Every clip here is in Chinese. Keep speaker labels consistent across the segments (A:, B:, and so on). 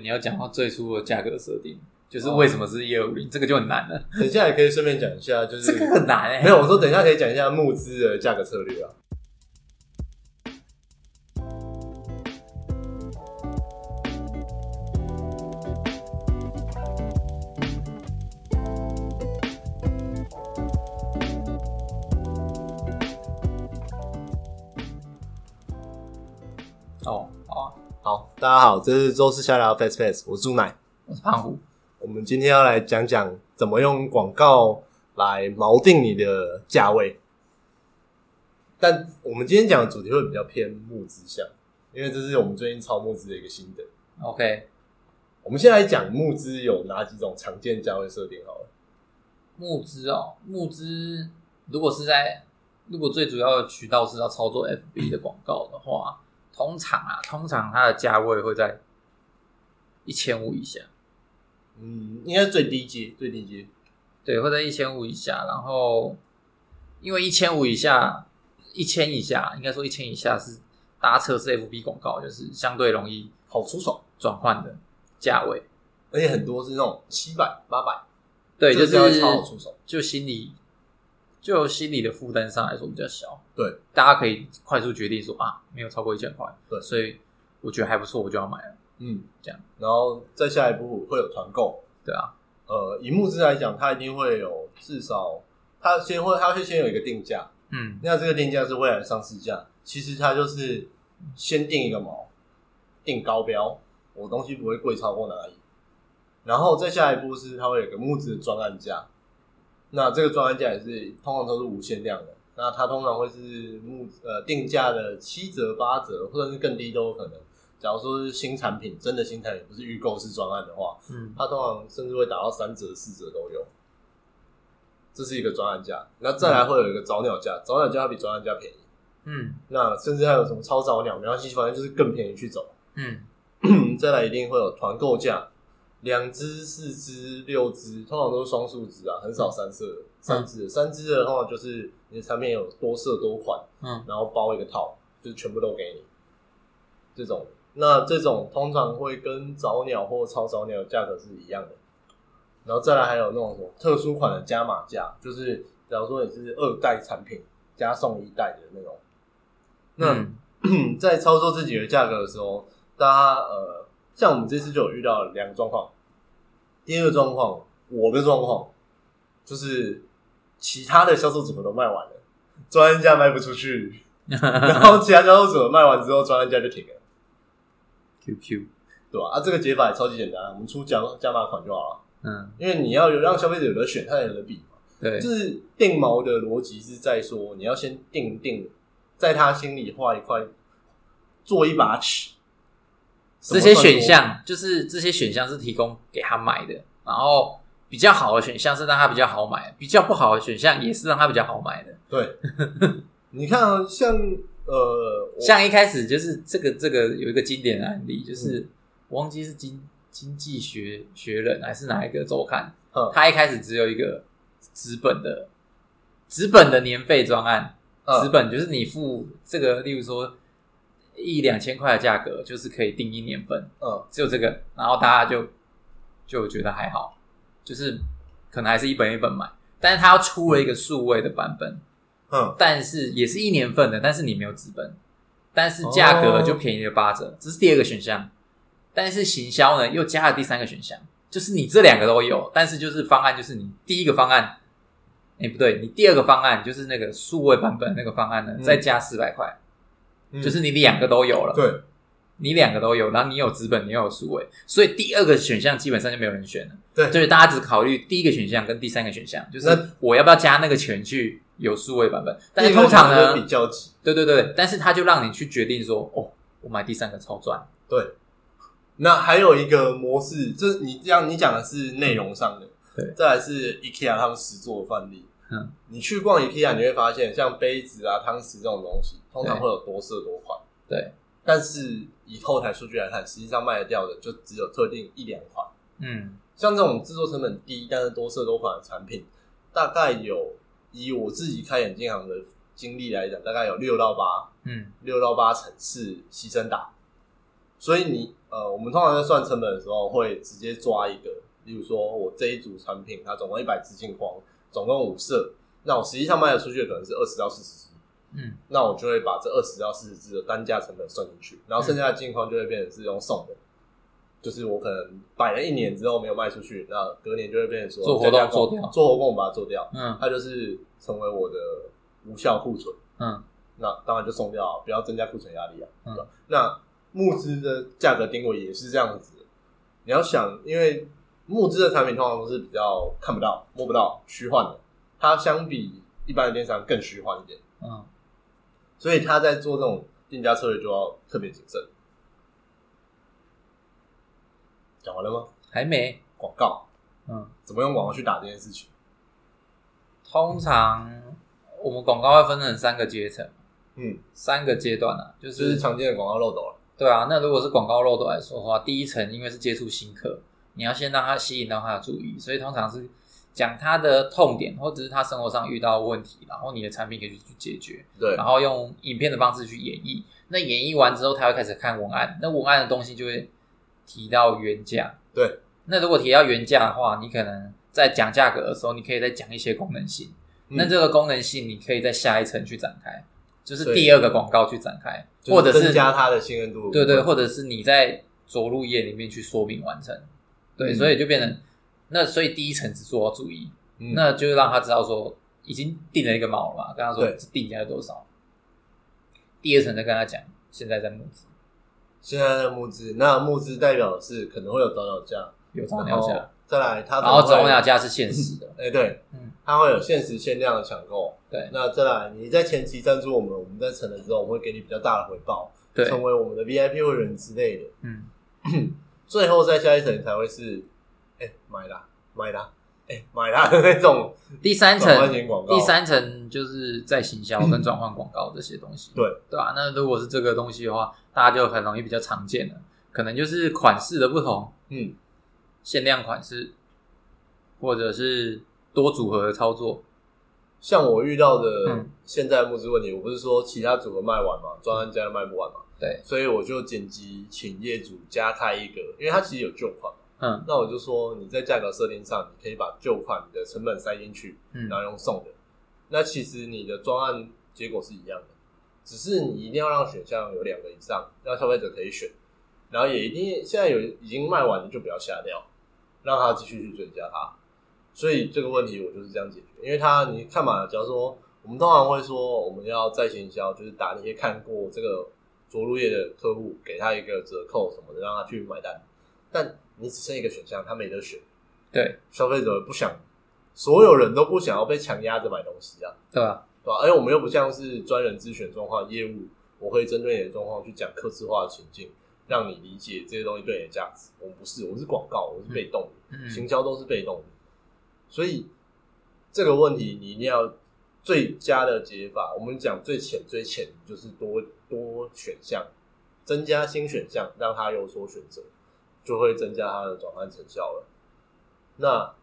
A: 你要讲到最初的价格设定，就是为什么是一二五零，这个就很难了，
B: 等一下也可以顺便讲一下，就 是
A: 这个很难哎、
B: 没有，我说等一下可以讲一下募资的价格策略啊。
A: 哦，好啊，
B: 好，大家好，这是周四下聊 Fast Pass，我是朱奶。
A: 我是胖虎，
B: 我们今天要来讲讲怎么用广告来锚定你的价位。但我们今天讲的主题会比较偏募资项，因为这是我们最近炒募资的一个心得。
A: OK，
B: 我们先来讲募资有哪几种常见价位设定好了。
A: 募资哦，募资如果是在如果最主要的渠道是要操作 FB 的广告的话，通常啊，通常它的价位会在一千五以下，
B: 嗯，应该是最低阶，最低阶。
A: 对，会在一千五以下，然后因为一千五以下，一千以下，应该说一千以下是搭测试 FB 广告，就是相对容易
B: 好出手，
A: 转换的价位。
B: 而且很多是那种七百、八百，
A: 对，就
B: 这个
A: 是
B: 超好出手。
A: 就心理就心理的负担上来说比较小，
B: 对，
A: 大家可以快速决定说啊，没有超过一千块，
B: 对
A: 所以我觉得还不错，我就要买了，
B: 嗯，
A: 这样。
B: 然后再下一步会有团购，
A: 对啊，
B: 呃，以募资来讲，它一定会有至少，它先会，它会先有一个定价，
A: 嗯，
B: 那这个定价是未来的上市价，其实它就是先定一个锚，定高标，我东西不会贵超过哪里。然后再下一步是它会有一个募资的专案价，那这个专案价也是通常都是无限量的，那它通常会是募呃定价的七折、八折，或者是更低都有可能。假如说是新产品，真的新产品不是预购式专案的话，
A: 嗯，
B: 它通常甚至会打到三折、四折都有。这是一个专案价，那再来会有一个早鸟价，早鸟价它比专案价便宜。
A: 嗯，
B: 那甚至还有什么超早鸟，没关系，反正就是更便宜去走。
A: 嗯，
B: 再来一定会有团购价，两只、四只、六只，通常都是双数只啊，很少三色
A: 嗯
B: 的。三只的，三只的话就是你的产品有多色多款，
A: 嗯，
B: 然后包一个套，就是全部都给你。这种，那这种通常会跟早鸟或超早鸟的价格是一样的。然后再来还有那种什么特殊款的加码价，就是假如说你是二代产品加送一代的那种，那、
A: 嗯
B: 在操作自己的价格的时候，大家呃，像我们这次就有遇到两个状况。第一个状况，我的状况就是其他的销售组合都卖完了，专案价卖不出去，然后其他销售组合卖完之后，专案价就停了，
A: ，QQ，
B: 对吧、啊？这个解法也超级简单，我们出加加码款就好了，
A: 嗯，
B: 因为你要有让消费者有的选，他有的比嘛。
A: 对，
B: 就是定锚的逻辑是在说，你要先定定，在他心里画一块，做一把尺。
A: 这些选
B: 啊
A: 项就是这些选项是提供给他买的，然后比较好的选项是让他比较好买，比较不好的选项也是让他比较好买的。
B: 怎么算多，对， 你看啊，像呃，我
A: 像一开始就是这个这个有一个经典的案例，
B: 嗯
A: 就是、我忘记是经经济学学人还是哪一个周刊，
B: 嗯
A: 他一开始只有一个纸本的纸本的年费专案，
B: 嗯
A: 纸本就是你付这个，例如说一两千块的价格，就是可以定一年份，
B: 嗯
A: 只有这个，然后大家就就觉得还好，就是可能还是一本一本买，但是他出了一个数位的版本，
B: 嗯，
A: 但是也是一年份的，但是你没有纸本，但是价格就便宜了八折，
B: 哦
A: 这是第二个选项。但是行销呢，又加了第三个选项，就是你这两个都有，但是就是方案就是你第一个方案，哎、不对，你第二个方案就是那个数位版本那个方案呢，
B: 嗯
A: 再加四百块，
B: 嗯
A: 就是你两个都有了，
B: 对，
A: 你两个都有，然后你有纸本，你又有数位，所以第二个选项基本上就没有人选了。
B: 对
A: 所以大家只考虑第一个选项跟第三个选项，就是
B: 那
A: 我要不要加那个钱去有数位版本？但是
B: 第一个
A: 通常
B: 就
A: 呢
B: 是比，较急，
A: 对对对，但是他就让你去决定说，哦，我买第三个超赚，
B: 对。那还有一个模式，就是你这样你讲的是内容上的，
A: 对
B: 再来是 IKEA 他们实做的范例。
A: 嗯，
B: 你去逛 IKEA，你会发现像杯子啊、汤匙这种东西，通常
A: 对
B: 会有多色多款。
A: 对，
B: 但是以后台数据来看，实际上卖得掉的就只有特定一两款。
A: 嗯
B: 像这种制作成本低但是多色多款的产品，大概有以我自己开眼镜行的经历来讲，大概有六到八
A: 嗯，
B: 六到八成是牺牲打，所以你呃，我们通常在算成本的时候会直接抓一个，例如说我这一组产品它总共一百支镜框，总共五色，那我实际上卖的出去的可能是二十到四十支，
A: 嗯，
B: 那我就会把这二十到四十支的单价成本算进去，然后剩下的镜框就会变成是用送的。就是我可能摆了一年之后没有卖出去，那隔年就会变成说
A: 做活动
B: 加价购
A: 做掉
B: 做活动我把它做掉，
A: 嗯
B: 它就是成为我的无效库存。
A: 嗯，
B: 那当然就送掉啊，不要增加库存压力啊。
A: 嗯
B: 对吧那募资的价格定位也是这样子，你要想，因为募资的产品通常都是比较看不到、摸不到、虚幻的，它相比一般的电商更虚幻一点，
A: 嗯，
B: 所以他在做这种定价策略就要特别谨慎。讲完了吗？
A: 还没，
B: 广告
A: 嗯，
B: 怎么用广告去打这件事情？
A: 通常我们广告会分成三个阶层，
B: 嗯，
A: 三个阶段啊，就
B: 这
A: 是
B: 是常见的广告漏斗了。
A: 对啊，那如果是广告漏斗来说的话，第一层因为是接触新客，你要先让他吸引到他的注意，所以通常是讲他的痛点，或者是他生活上遇到的问题，然后你的产品可以去解决，
B: 对
A: 然，后用影片的方式去演绎。那演绎完之后，他会开始看文案，那文案的东西就会提到原价。
B: 对，
A: 那如果提到原价的话，你可能在讲价格的时候，你可以再讲一些功能性。
B: 嗯
A: 那这个功能性，你可以在下一层去展开，就是
B: 对
A: 第二个广告去展开，
B: 就是
A: 或者是
B: 增加他的信任度。嗯
A: 对对，或者是你在着陆页里面去说明完成，对，
B: 嗯
A: 所以就变成那所以第一层只做到注意，
B: 嗯
A: 那就是让他知道说已经定了一个锚了嘛，跟他说
B: 对
A: 定价是多少，第二层再跟他讲现在在募资
B: 现在的募资，那募资代表的是可能会有早鸟价，
A: 有招
B: 然
A: 鸟
B: 后
A: 价，
B: 再来它
A: 啊然后
B: 总会
A: 招鸟，价是限时的，
B: 哎、对，
A: 嗯，
B: 它会有限时限量的抢购。
A: 对
B: 那再来，你在前期赞助我们，我们在成了之后，我们会给你比较大的回报，
A: 对，
B: 成为我们的 VIP 会员之类的。
A: 嗯，
B: 最后再下一层才会是，哎、买啦，买啦，哎、买啦 的那种
A: 第三
B: 转换
A: 层
B: 型广告。
A: 第，三层就是在行销跟转换广告这些东西，
B: 对
A: 对吧、那如果是这个东西的话，大家就很容易比较常见了，可能就是款式的不同，
B: 嗯，
A: 限量款式，或者是多组合的操作，
B: 像我遇到的
A: 嗯
B: 现在募资问题，我不是说其他组合卖完嘛，专案家都卖不完嘛，
A: 对，
B: 所以我就紧急请业主加开一个，因为它其实有旧款。
A: 嗯
B: 那我就说你在价格设定上，你可以把旧款的成本塞进去，
A: 嗯
B: 然后用送的。那其实你的专案结果是一样的，只是你一定要让选项有两个以上，让消费者可以选，然后也一定现在有已经卖完的就不要下掉，让他继续去追加它。所以这个问题我就是这样解决，因为他你看嘛，假如说我们通常会说我们要再行销，就是打那些看过这个着陆业的客户，给他一个折扣什么的，让他去买单。但你只剩一个选项，他没得选，
A: 对
B: 消费者不想，所有人都不想要被强压着买东西啊，
A: 对吧、
B: 对吧、而且我们又不像是专人咨询状况业务，我可以针对你的状况去讲客制化的情境，让你理解这些东西对你的价值。我们不是，我们是广告，我们是被动的。行
A: 嗯，
B: 销都是被动的，所以这个问题你一定要最佳的解法。我们讲最浅最浅就是多多选项，增加新选项，让它有所选择，就会增加它的转换成效了。那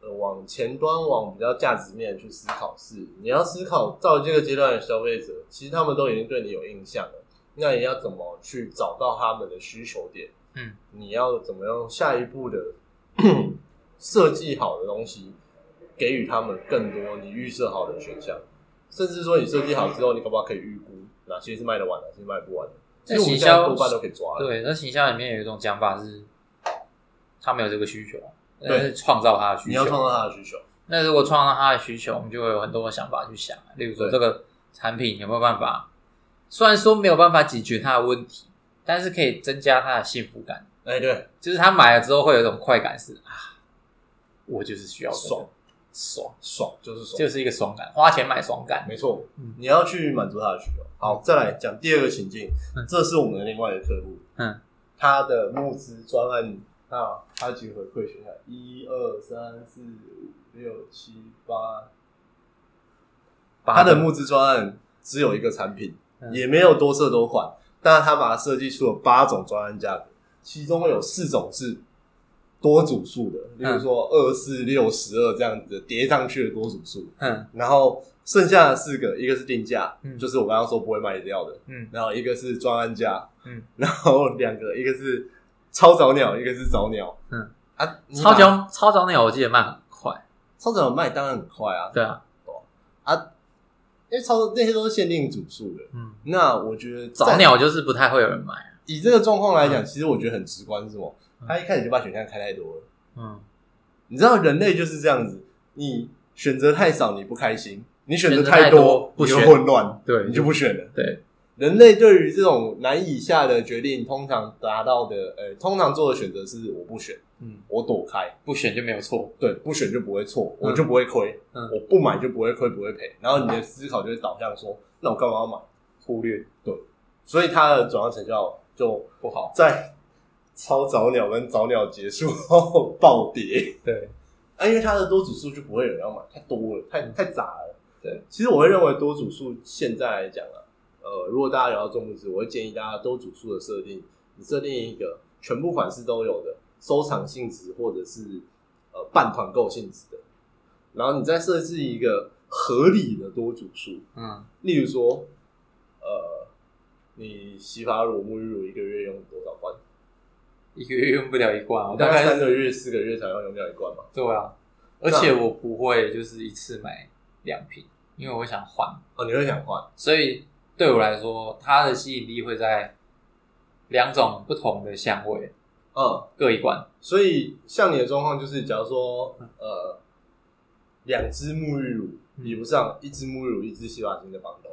B: 呃，往前端往比较价值面去思考是，你要思考到这个阶段的消费者，其实他们都已经对你有印象了，那你要怎么去找到他们的需求点？
A: 嗯，
B: 你要怎么样下一步的设计好的东西，给予他们更多你预设好的选项，甚至说你设计好之后，你可不好可以预估哪些是卖得完，哪些是卖不完的。其
A: 在
B: 实我
A: 行
B: 们现在
A: 销
B: 多半都可以抓了。
A: 对，那行销里面有一种讲法是，他没有这个需求，
B: 对
A: 但是创造他的需
B: 你要创
A: 求。
B: 造他的需求。
A: 那如果创造他的需求，我们就会有很多的想法去想，啊例如说
B: 对
A: 这个产品有没有办法，虽然说没有办法解决他的问题，但是可以增加他的幸福感，
B: 哎、对，
A: 就是他买了之后会有一种快感是啊，我就是需要这个
B: 爽
A: 爽。
B: 爽就是爽，
A: 就是一个爽感，花钱买爽感。
B: 没错
A: 嗯，
B: 你要去满足他的需求。好，再来讲第二个情境
A: 嗯，
B: 这是我们的另外一个客户，
A: 嗯，
B: 他的募资专案，那他几个回馈选项？一二三四五六七八，他的募资专案只有一个产品，
A: 嗯
B: 也没有多色多款，但是他把它设计出了八种专案价格，其中有四种是多组
A: 嗯
B: 数的，例如说二四六十二这样子的叠上去的多组数，
A: 嗯
B: 然后剩下的四个，一个是定价，
A: 嗯
B: 就是我刚刚说不会卖掉的，
A: 嗯
B: 然后一个是专案价，
A: 嗯，
B: 然后两个，一个是超早鸟，一个是早鸟，
A: 嗯
B: 啊，你
A: 超
B: 把
A: 早超早鸟我记得卖很快，
B: 超早鸟卖当然很快啊，
A: 对啊，
B: 啊，因为超那些都是限定组数的，
A: 嗯，
B: 那我觉得在
A: 早鸟就是不太会有人买啊，
B: 以这个状况来讲，
A: 嗯
B: 其实我觉得很直观是什么？
A: 嗯
B: 他一开始就把选项开太多了，
A: 嗯，
B: 你知道人类就是这样子，你选择太少你不开心，你选择
A: 选择太
B: 多
A: 多
B: 你
A: 不
B: 就
A: 选
B: 混乱，
A: 对，
B: 你就不选了。
A: 对，
B: 人类对于这种难以下的决定，通常达到的，呃，通常做的选择是我不选，
A: 嗯，
B: 我躲开，
A: 不选就没有错，
B: 对，不选就不会错，我就不会亏，
A: 嗯
B: 我不买就不会亏，不会赔。然后你的思考就会导向说，那我干嘛要买？
A: 忽略
B: 所以它的转化成效就
A: 不好，
B: 在 超早鸟跟早鸟结束后暴跌，
A: 对，
B: 啊，因为它的多组数就不会有人要买，太多了，太太杂了。
A: 对，
B: 其实我会认为多组数现在来讲啊，呃，如果大家聊到重物资，我会建议大家多组数的设定，你设定一个全部款式都有的收藏性质或者是呃半团购性质的，然后你再设置一个合理的多组数，
A: 嗯
B: 例如说，呃，你洗发乳、沐浴乳一个月用多少罐？
A: 一个月用不了一罐，啊我
B: 大
A: 大
B: 概三
A: 概
B: 个月、四个月才要用掉一罐嘛。
A: 对啊，而且我不会就是一次买两瓶，因为我想换，
B: 哦，你会想换？
A: 所以对我来说，它的吸引力会在两种不同的香味
B: 嗯，
A: 各一罐，
B: 所以像你的状况就是，假如说，
A: 嗯
B: 呃，两支沐浴乳比不上一支沐浴乳、一支洗发精的绑头。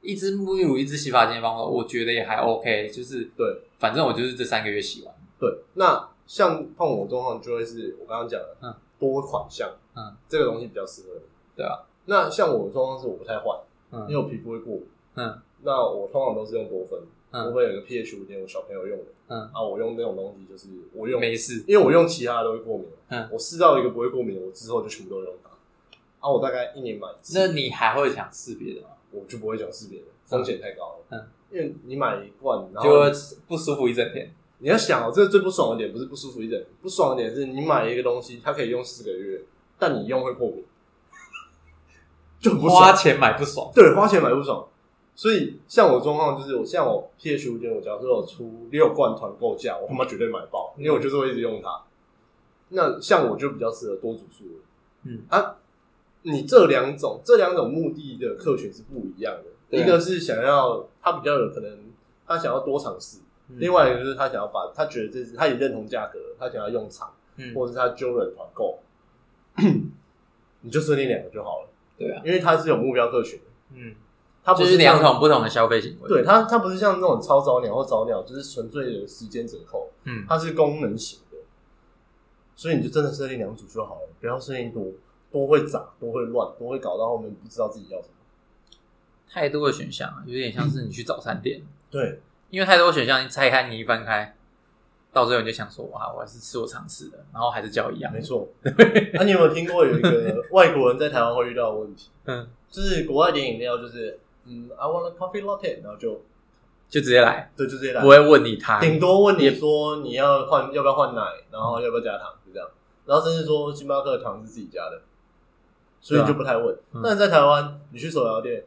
A: 一支沐浴乳，一支洗发精的方法，我觉得也还 OK，就是
B: 对，
A: 反正我就是这三个月洗完，
B: 对，那像碰我状况就会是我刚刚讲的，
A: 嗯，
B: 多款项，
A: 嗯，
B: 这个东西比较适合你。
A: 对啊，
B: 那像我的状况是我不太换，
A: 嗯
B: 因为我皮肤会过敏。
A: 嗯
B: 那我通常都是用多酚，
A: 嗯
B: 我会有一个 pH 五点五小朋友用的
A: 嗯，
B: 啊，我用那种东西就是我用，
A: 没事，
B: 因为我用其他的都会过敏，
A: 嗯
B: 我试到一个不会过敏的，我之后就全部都用它。啊，我大概一年买一次，
A: 那你还会想吃别的吗？
B: 我就不会讲是别的，风险太高了。
A: 嗯，
B: 因为你买一罐，然
A: 就
B: 后
A: 会不舒服一整天，
B: 你要想哦，这个最不爽的点不是不舒服一点，不爽的点是你买一个东西，它可以用四个月，但你用会过敏， 就很不爽。
A: 花钱买不爽，
B: 对，花钱买不爽。所以像我状况就是，我像我 PH 五点五，假如说我出六罐团购价，我他妈绝对买爆，
A: 嗯
B: 因为我就是会一直用它。那像我就比较适合多组数了。
A: 嗯
B: 啊，你这两种这两种目的的客群是不一样的，
A: 对啊
B: 一个是想要他比较有可能他想要多尝试，嗯
A: 嗯
B: 另外一个就是他想要把他觉得这是他也认同价格，他想要用长，
A: 嗯，
B: 或者是他揪人团购， 你就设定两个就好了，
A: 对啊，
B: 因为他是有目标客群的。
A: 嗯，
B: 它不
A: 就是是两
B: 像
A: 种不同的消费行为，
B: 对，它它不是像那种超早鸟或早鸟，就是纯粹的时间折扣，
A: 嗯，
B: 它是功能型的，所以你就真的设定两组就好了，不要设定多，多会杂，多会乱，多会搞到后面不知道自己要什么。
A: 太多的选项了，有点像是你去早餐店，
B: 对，
A: 因为太多选项，你拆开你一翻开，到最后你就想说，哇，我还是吃我常吃的，然后还是叫一样
B: 没，错。那、你有没有听过有一个外国人在台湾会遇到的问题？
A: 嗯，
B: 就是国外点饮料，就是嗯，I want a coffee latte，然后就
A: 就直接来，
B: 对，啊就这些来
A: 不，会问你他，
B: 顶多问你说你要换要不要换奶，然后要不要加糖，就这样。然后甚至说星巴克的糖是自己加的，所以你就不太问。
A: 嗯
B: 但是在台湾，你去手摇店，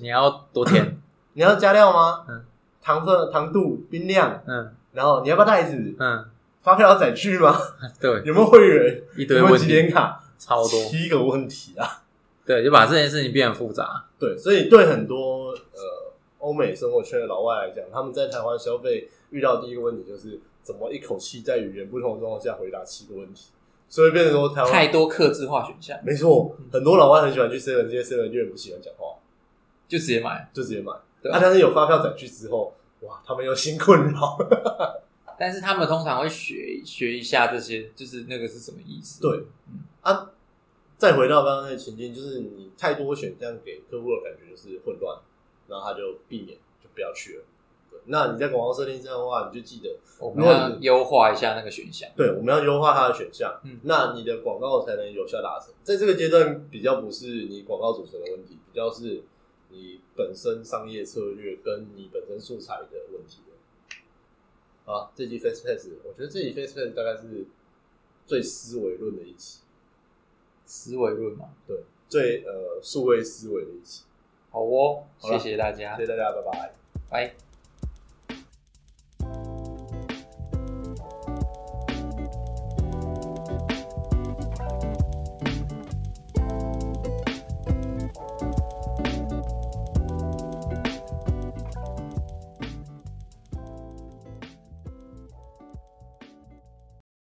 A: 你要多 甜，
B: 你要加料吗？
A: 嗯
B: 糖分、糖度、冰量，
A: 嗯
B: 然后你要不要袋子？
A: 嗯，
B: 发票要载去吗？
A: 对，
B: 有没有会员？
A: 一堆
B: 有没有
A: 问
B: 几
A: 题，
B: 点卡？
A: 超多，
B: 七个问题啊！
A: 对，就把这件事情变得复杂，
B: 对，所以对很多呃欧美生活圈的老外来讲，他们在台湾消费遇到第一个问题就是怎么一口气在语言不同的状况下回答七个问题，所以变成说台湾
A: 太多克制化选项，
B: 没错
A: 嗯，
B: 很多老外很喜欢去 seven，这些 seven 就很不喜欢讲话，
A: 就直接买。
B: 就直接买。
A: 对
B: 啊，但是有发票载去之后，哇，他们又新 困扰。
A: 但是他们通常会学学一下这些，就是那个是什么意思？
B: 对
A: 嗯
B: 啊，再回到刚刚那个情境，就是你太多选项给客户的感觉就是混乱，然后他就避免就不要去了。对，那你在广告设定上的话，你就记得
A: 我们要优化一下那个选项。
B: 对，我们要优化它的选项，
A: 嗯
B: 那你的广告才能有效达成。在这个阶段，比较不是你广告组成的问题，比较是你本身商业策略跟你本身素材的问题了。啊，这集 Face Pass，我觉得这集 Face Pass 大概是最思维论的一集，
A: 思维论嘛。
B: 最呃数位思维的一期。
A: 好哦，
B: 好啦
A: 谢谢大家
B: 谢，谢大家，拜拜。
A: 拜。